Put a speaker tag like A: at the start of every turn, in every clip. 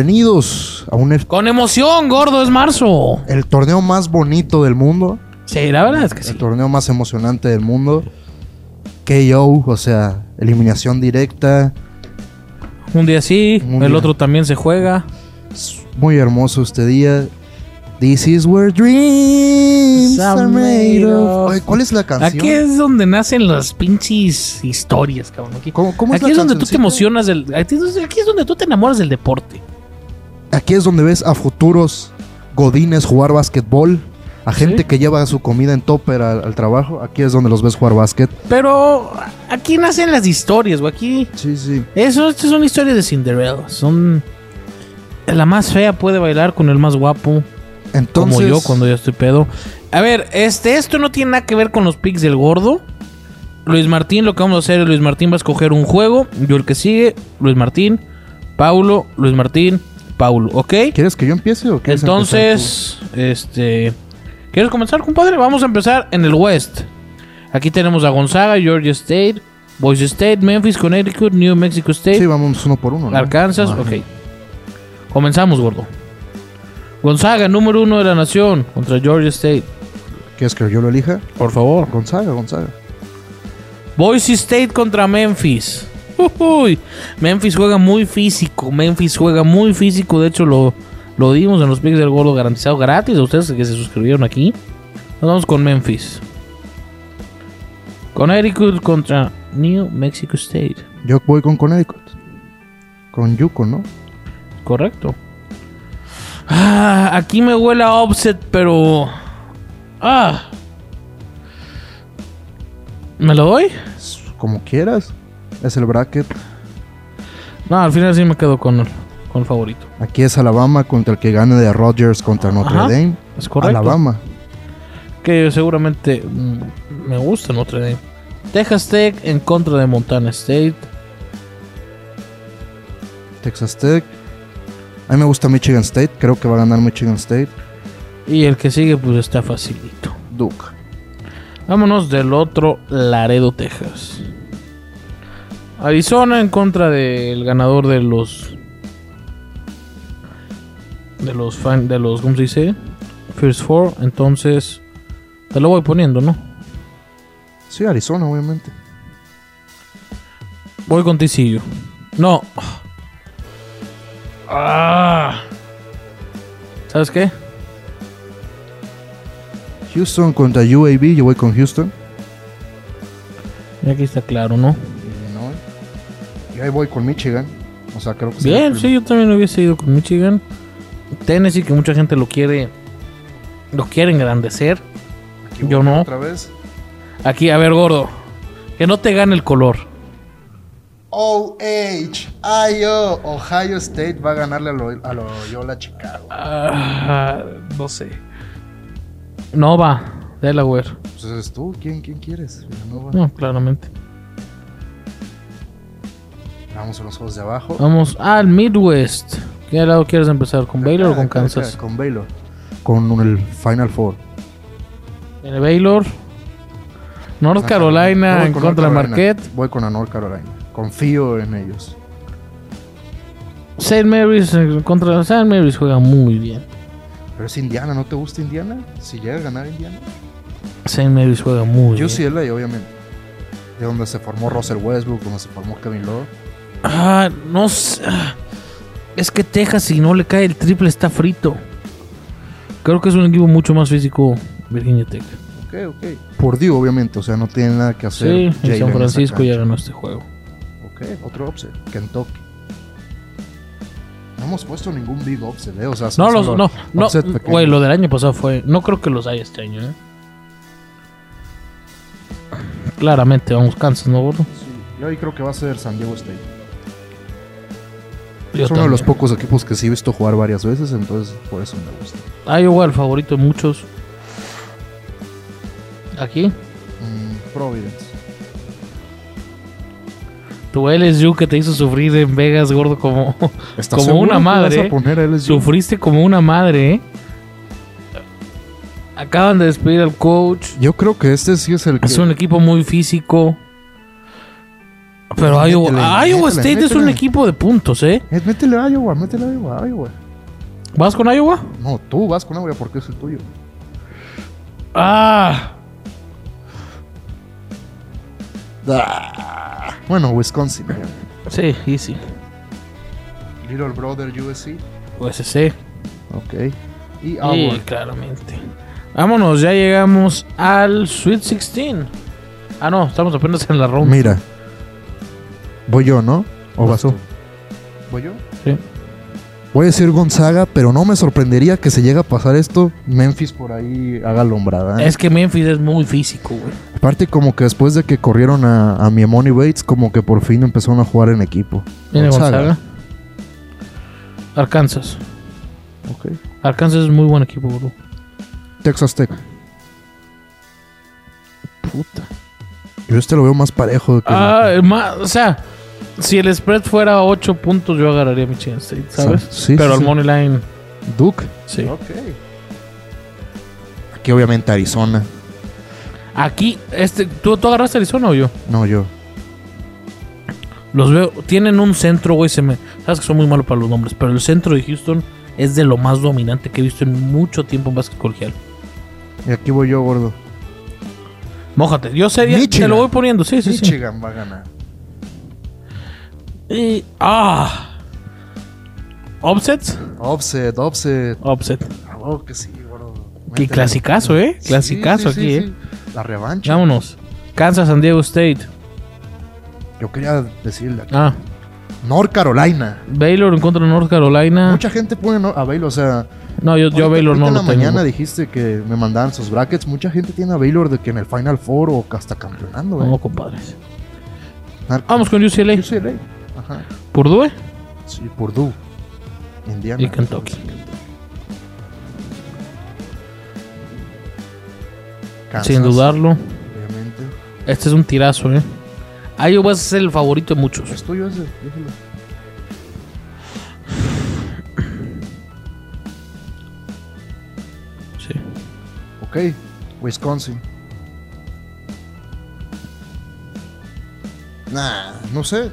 A: Bienvenidos a un ef-
B: Con emoción, gordo, es marzo.
A: el torneo más bonito del mundo,
B: Sí, la verdad es que sí.
A: el torneo más emocionante del mundo. KO, o sea, eliminación directa,
B: Un día sí,
A: Un
B: el
A: día.
B: otro también se juega.
A: muy hermoso este día. This is where dreams
B: Are
A: are
B: made
A: made
B: of.
A: of. Oye, ¿cuál es la canción?
B: Aquí es donde nacen las pinches historias, cabrón. Aquí,
A: ¿Cómo- cómo es
B: aquí
A: la
B: es donde tú te
A: cancioncita?
B: emocionas del. Aquí es aquí es donde tú te enamoras del deporte.
A: Aquí es donde ves a futuros godines jugar básquetbol, a gente
B: Sí.
A: que lleva su comida en topper al, al trabajo. Aquí es donde los ves jugar básquet.
B: Pero aquí nacen las historias, güey. Aquí.
A: Sí, sí.
B: Eso, esto es una historia de Cinderella. Son. La más fea puede bailar con el más guapo.
A: Entonces,
B: como yo cuando ya estoy pedo. A ver, este, esto no tiene nada que ver con los picks del gordo. Luis Martín, lo que vamos a hacer es Luis Martín va a escoger un juego. Yo el que sigue, Luis Martín, Paulo, Luis Martín, Paulo, ¿ok?
A: ¿Quieres que yo empiece o quieres empezar
B: Entonces, este... ¿Quieres comenzar, compadre? Vamos a empezar en el West. Aquí tenemos a Gonzaga, Georgia State, Boise State, Memphis, Connecticut, New Mexico
A: tú?
B: State.
A: Sí, vamos uno por uno. ¿no?
B: Arkansas,
A: Ajá.
B: ok. Comenzamos, gordo. Gonzaga, número uno de la nación, contra Georgia State.
A: ¿Quieres que yo lo elija?
B: Por favor.
A: Gonzaga, Gonzaga.
B: Boise State contra Memphis. Ujuy. Memphis juega muy físico. Memphis juega muy físico. De hecho, lo, lo dimos en los picks del gordo garantizado gratis a ustedes que se suscribieron aquí. Nos vamos con Memphis. Connecticut contra New Mexico State.
A: Yo voy con Connecticut. Con Yuko, ¿no?
B: Correcto. Ah, aquí me huele a offset, pero. Ah. ¿Me lo doy?
A: Como quieras. Es el bracket.
B: No, al final sí me quedo con el, con el favorito.
A: Aquí es Alabama contra el que gane de Rodgers contra Notre
B: Ajá,
A: Dame.
B: Es correcto.
A: Alabama.
B: Que seguramente mm, me gusta Notre Dame. Texas Tech en contra de Montana State.
A: Texas Tech. A mí me gusta Michigan State. Creo que va a ganar Michigan State.
B: Y el que sigue, pues está facilito.
A: Duke.
B: Vámonos del otro Laredo, Texas. Arizona en contra del ganador de los de los fan, de los ¿cómo se dice? First Four, entonces te lo voy poniendo, ¿no?
A: Sí, Arizona, obviamente.
B: Voy con Ticillo. No. Ah. ¿Sabes qué?
A: Houston contra UAB. Yo voy con Houston.
B: Ya aquí está claro, ¿no?
A: Illinois. Y ahí voy con Michigan. O sea, creo que será
B: Bien,
A: el-
B: sí, yo también hubiese ido con Michigan. Tennessee, que mucha gente lo quiere. Lo quiere engrandecer.
A: Aquí
B: yo
A: voy
B: no.
A: Otra vez.
B: Aquí, a ver, gordo. Que no te gane el color.
A: OHIO. Ohio State va a ganarle a, Lo- a Loyola Chicago.
B: Ah, no sé. No va. Delaware.
A: Pues eres tú. ¿Quién, quién quieres? Villanova.
B: No, claramente.
A: Vamos a los juegos de abajo.
B: Vamos al Midwest. ¿Qué lado quieres empezar? ¿Con Baylor o con
A: Acá, acá, acá,
B: Kansas?
A: Ah, Con Baylor. Con el Final Four.
B: En el Baylor. North
A: Ajá. Yo
B: Carolina
A: voy
B: en
A: con
B: contra de
A: North Carolina.
B: Marquette.
A: Voy con la North Carolina. Confío en ellos.
B: St. Mary's en contra St. Mary's juega muy bien.
A: Pero es Indiana, ¿no te gusta Indiana? Si llega a ganar Indiana.
B: St. Mary's juega muy bien.
A: UCLA, obviamente. De donde se formó Russell Westbrook, donde se formó Kevin Love.
B: Ah, no sé. Ah, Es que Texas, si no le cae el triple, está frito. Creo que es un equipo mucho más físico, Virginia Tech.
A: Ok, ok. Por Dios, obviamente. O sea, no tiene nada que hacer.
B: Sí,
A: Jalen
B: en
A: en
B: San
A: esa
B: Francisco ya
A: cancha.
B: ganó este juego.
A: Ok, otro offset. Kentucky. No hemos puesto ningún big offset, ¿eh? O sea,
B: No,
A: son
B: los,
A: solo
B: no, no, mm,
A: offset pequeños.
B: güey, lo del año pasado fue. No creo que los haya este año, ¿eh? Claramente, vamos, Kansas, ¿no, gordo?
A: Sí, yo ahí creo que va a ser San Diego State.
B: Yo
A: es uno de
B: también.
A: los pocos equipos que sí he visto jugar varias veces, entonces por eso me gusta.
B: Iowa, el favorito de muchos. Aquí,
A: Mm, Providence.
B: tu LSU que te hizo sufrir en Vegas, gordo, como,
A: ¿Estás
B: como
A: seguro
B: una
A: que
B: madre.
A: Vas a
B: ¿eh?
A: poner a LSU?
B: Sufriste como una madre, ¿eh? Acaban de despedir al coach.
A: Yo creo que este sí es el que.
B: Es un equipo muy físico. Pero Iowa,
A: Pues Métele,
B: Iowa
A: métele,
B: State es
A: métele.
B: un equipo de puntos, ¿eh?
A: Eh, Métele a Iowa, métele a Iowa, a Iowa.
B: ¿Vas con Iowa?
A: No, tú vas con Iowa porque es el tuyo.
B: Ah,
A: Bueno, Wisconsin.
B: sí, easy.
A: Little Brother USC.
B: USC.
A: Ok. Y
B: pues Sí,
A: Auburn.
B: claramente. Vámonos, ya llegamos al Sweet 16. Ah, no, estamos apenas en la ronda.
A: Mira. Voy yo, ¿no? ¿O vas tú? ¿Voy yo?
B: Sí.
A: Voy a decir Gonzaga, pero no me sorprendería que se llegue a pasar esto. Memphis por ahí haga alumbrada. ¿eh?
B: Es que Memphis es muy físico, güey.
A: Aparte, como que después de que corrieron a, a Miamoni Bates, como que por fin empezaron a jugar en equipo.
B: Viene Gonzaga. Arkansas.
A: Ok.
B: Arkansas es muy buen equipo, bro.
A: Texas Tech.
B: Puta.
A: Yo este lo veo más parejo que
B: Ah, el ma- o sea, si el spread fuera 8 puntos, yo agarraría a Michigan State, ¿sabes?
A: Sí,
B: Pero
A: sí,
B: al
A: sí.
B: money line,
A: Duke.
B: sí.
A: Ok. Aquí obviamente Arizona.
B: Aquí, este, ¿tú, ¿tú agarraste Arizona o yo?
A: No, yo.
B: Los veo, tienen un centro, güey, se me... Sabes que son muy malos para los nombres, pero el centro de Houston es de lo más dominante que he visto en mucho tiempo en básquet colegial.
A: Y aquí voy yo, gordo.
B: Mójate, yo sería, te
A: Michigan.
B: lo voy poniendo, sí, sí, sí.
A: Michigan va a ganar.
B: Y- ah. ¿Offsets?
A: Offset, offset.
B: Offset.
A: Oh, que sí, gordo.
B: Qué
A: Métele.
B: clasicazo, ¿eh?
A: Sí,
B: Clasicazo
A: sí,
B: aquí,
A: sí,
B: ¿eh?
A: sí. La revancha.
B: Vámonos. Kansas, San Diego State.
A: Yo quería decirle aquí.
B: Ah,
A: North Carolina.
B: Baylor en contra de North Carolina.
A: Mucha gente pone no- a Baylor, o sea,
B: no, Ah. yo, yo
A: ahorita-
B: a Baylor
A: ahorita
B: no
A: en
B: lo
A: la
B: tengo.
A: mañana dijiste que me mandaban sus brackets. Mucha gente tiene a Baylor de que en el Final Four o que hasta campeonando,
B: no,
A: güey.
B: compadres.
A: Nar-
B: Vamos con UCLA.
A: UCLA. Ajá.
B: Purdue
A: Sí, Purdue. Indiana.
B: y Kentucky.
A: Kansas,
B: Sin dudarlo.
A: Obviamente.
B: Este es un tirazo, ¿eh? Iowa es el favorito de muchos.
A: Es tuyo ese, déjalo.
B: Sí.
A: Ok. Wisconsin. Nah, no sé.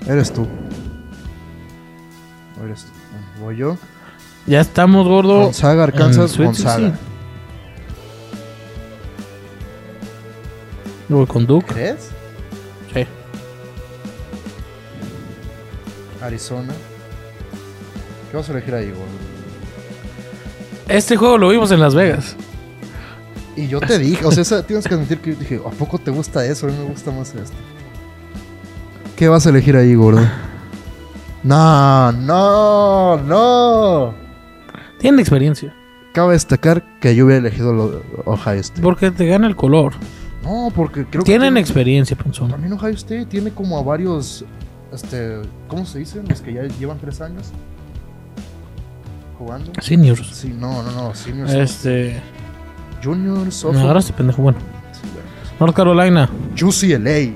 A: Tú eres tú. Eres tú. O Eres tú. Ah, Voy yo.
B: Ya estamos, gordo.
A: Gonzaga, Arkansas,
B: Oh. en Sweet
A: Gonzaga.
B: 16. Yo voy con Duke.
A: ¿Crees?
B: Sí.
A: Arizona. ¿Qué vas a elegir ahí, güey?
B: Este juego lo vimos en Las Vegas.
A: Y yo te dije, o sea, esa- tienes que admitir que yo dije, ¿a poco te gusta eso? A mí me gusta más esto. ¿Qué vas a elegir ahí, gordo? No, no, no.
B: Tienen experiencia.
A: Cabe destacar que yo hubiera elegido lo- Ohio State.
B: Porque te gana el color.
A: No, porque creo
B: Tienen
A: que. tiene-
B: experiencia, Ponzón.
A: También Ohio State tiene como a varios. Este, ¿Cómo se dicen? Los que ya llevan tres años jugando.
B: Seniors.
A: Sí, no, no, no. Seniors.
B: Este.
A: juniors,
B: No,
A: sophomore.
B: ahora este pendejo. Bueno.
A: Sí, bueno.
B: North Carolina.
A: UCLA.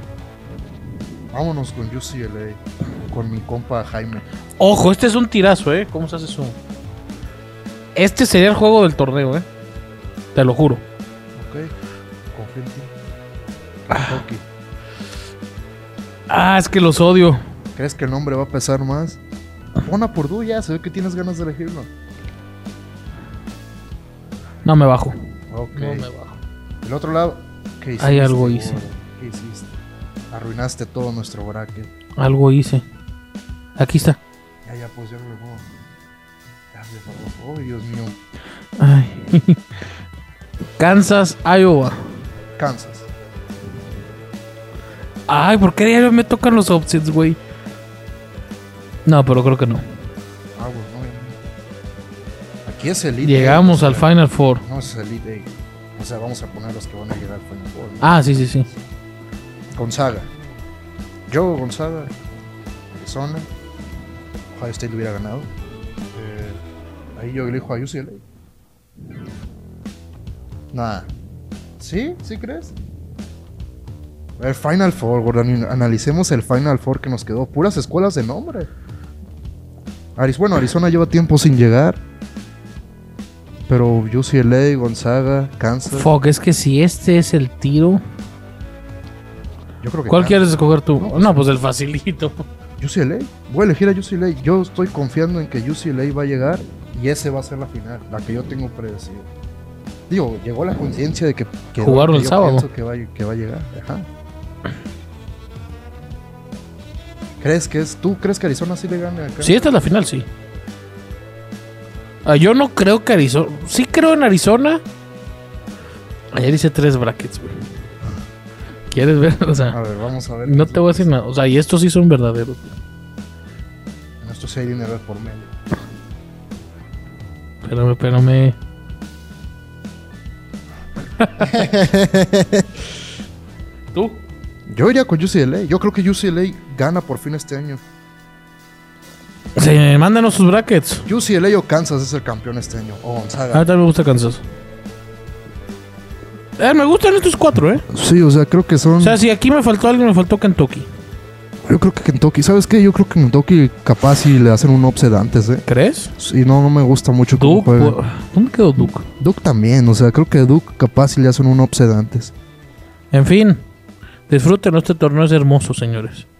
A: Vámonos con UCLA. Con mi compa Jaime.
B: Ojo, este es un tirazo, ¿eh? ¿Cómo se hace zoom? Este sería el juego del torneo, ¿eh? Te lo juro.
A: Ok. Confío en ti. Kentucky.
B: Ah, es que los odio.
A: ¿Crees que el nombre va a pesar más? Pon a Purdue ya. Se ve que tienes ganas de elegirlo.
B: No me bajo.
A: Ok.
B: No me bajo.
A: Del otro lado. ¿qué hiciste,
B: Hay algo
A: gordo?
B: hice.
A: ¿Qué hiciste? Arruinaste todo nuestro bracket.
B: Algo hice. Aquí está.
A: Ya, ya, pues ya lo dejó. Ya se acabó. Oh, Dios mío.
B: Ay. Kansas, Iowa.
A: Kansas.
B: Ay, ¿por qué diario me tocan los offsets, güey? No, pero creo que no.
A: Ah, bueno, no, ya no. Aquí es el
B: Llegamos al
A: final
B: Final Four.
A: No, ese es el Elite Eight. O sea, vamos a poner los que van a llegar al Final Four, ¿no?
B: Ah, sí, sí, sí.
A: Gonzaga. Yo, Gonzaga. Arizona. Ohio State lo hubiera ganado. Eh, ahí yo elijo a UCLA. Nada. ¿Sí? ¿Sí crees? El Final Four, Gordon. Analicemos el Final Four que nos quedó. Puras escuelas de nombre. Ariz- bueno, Arizona lleva tiempo sin llegar. Pero
B: Pues,
A: UCLA, Gonzaga, Kansas.
B: Fuck, es que si este es el tiro.
A: Yo creo que.
B: ¿Cuál
A: ya.
B: quieres escoger tú?
A: No,
B: No,
A: pues-
B: pues el facilito.
A: UCLA. Voy a elegir a UCLA. Yo estoy confiando en que UCLA va a llegar y ese va a ser la final, la que yo tengo predecido. Digo, llegó la conciencia de que, que
B: Jugaron
A: que
B: el
A: yo
B: sábado.
A: pienso Que va, a- que va a llegar. Ajá. ¿Crees que es? ¿Tú crees que Arizona sí le gana acá?
B: Si esta es la final, sí. Ah, yo no creo que Arizona. Sí creo en Arizona. Ayer hice tres brackets, güey. ¿Quieres ver? O
A: A
B: sea,
A: ver, vamos a ver.
B: no te voy a decir nada. O sea, y estos sí son verdaderos.
A: No, Esto sí hay dinero por medio.
B: Espérame, espérame. ¿Tú?
A: Yo iría con UCLA. Yo creo que UCLA gana por fin este año.
B: Sí, mándanos sus brackets.
A: UCLA o Kansas es el campeón este año. O
B: A
A: Gonzaga.
B: mí también me gusta Kansas. Eh, me gustan estos cuatro, ¿eh?
A: Sí, o sea, creo que son.
B: O sea, si aquí me faltó alguien, me faltó Kentucky.
A: Yo creo que Kentucky, ¿sabes qué? Yo creo que Kentucky capaz si le hacen un upset antes, ¿eh?
B: ¿Crees?
A: Y no, no me gusta mucho cómo
B: Duke.
A: juega.
B: pu- ¿Dónde quedó Duke?
A: Duke también, o sea, creo que Duke capaz si le hacen un upset antes.
B: En fin, disfruten este torneo, es hermoso, señores.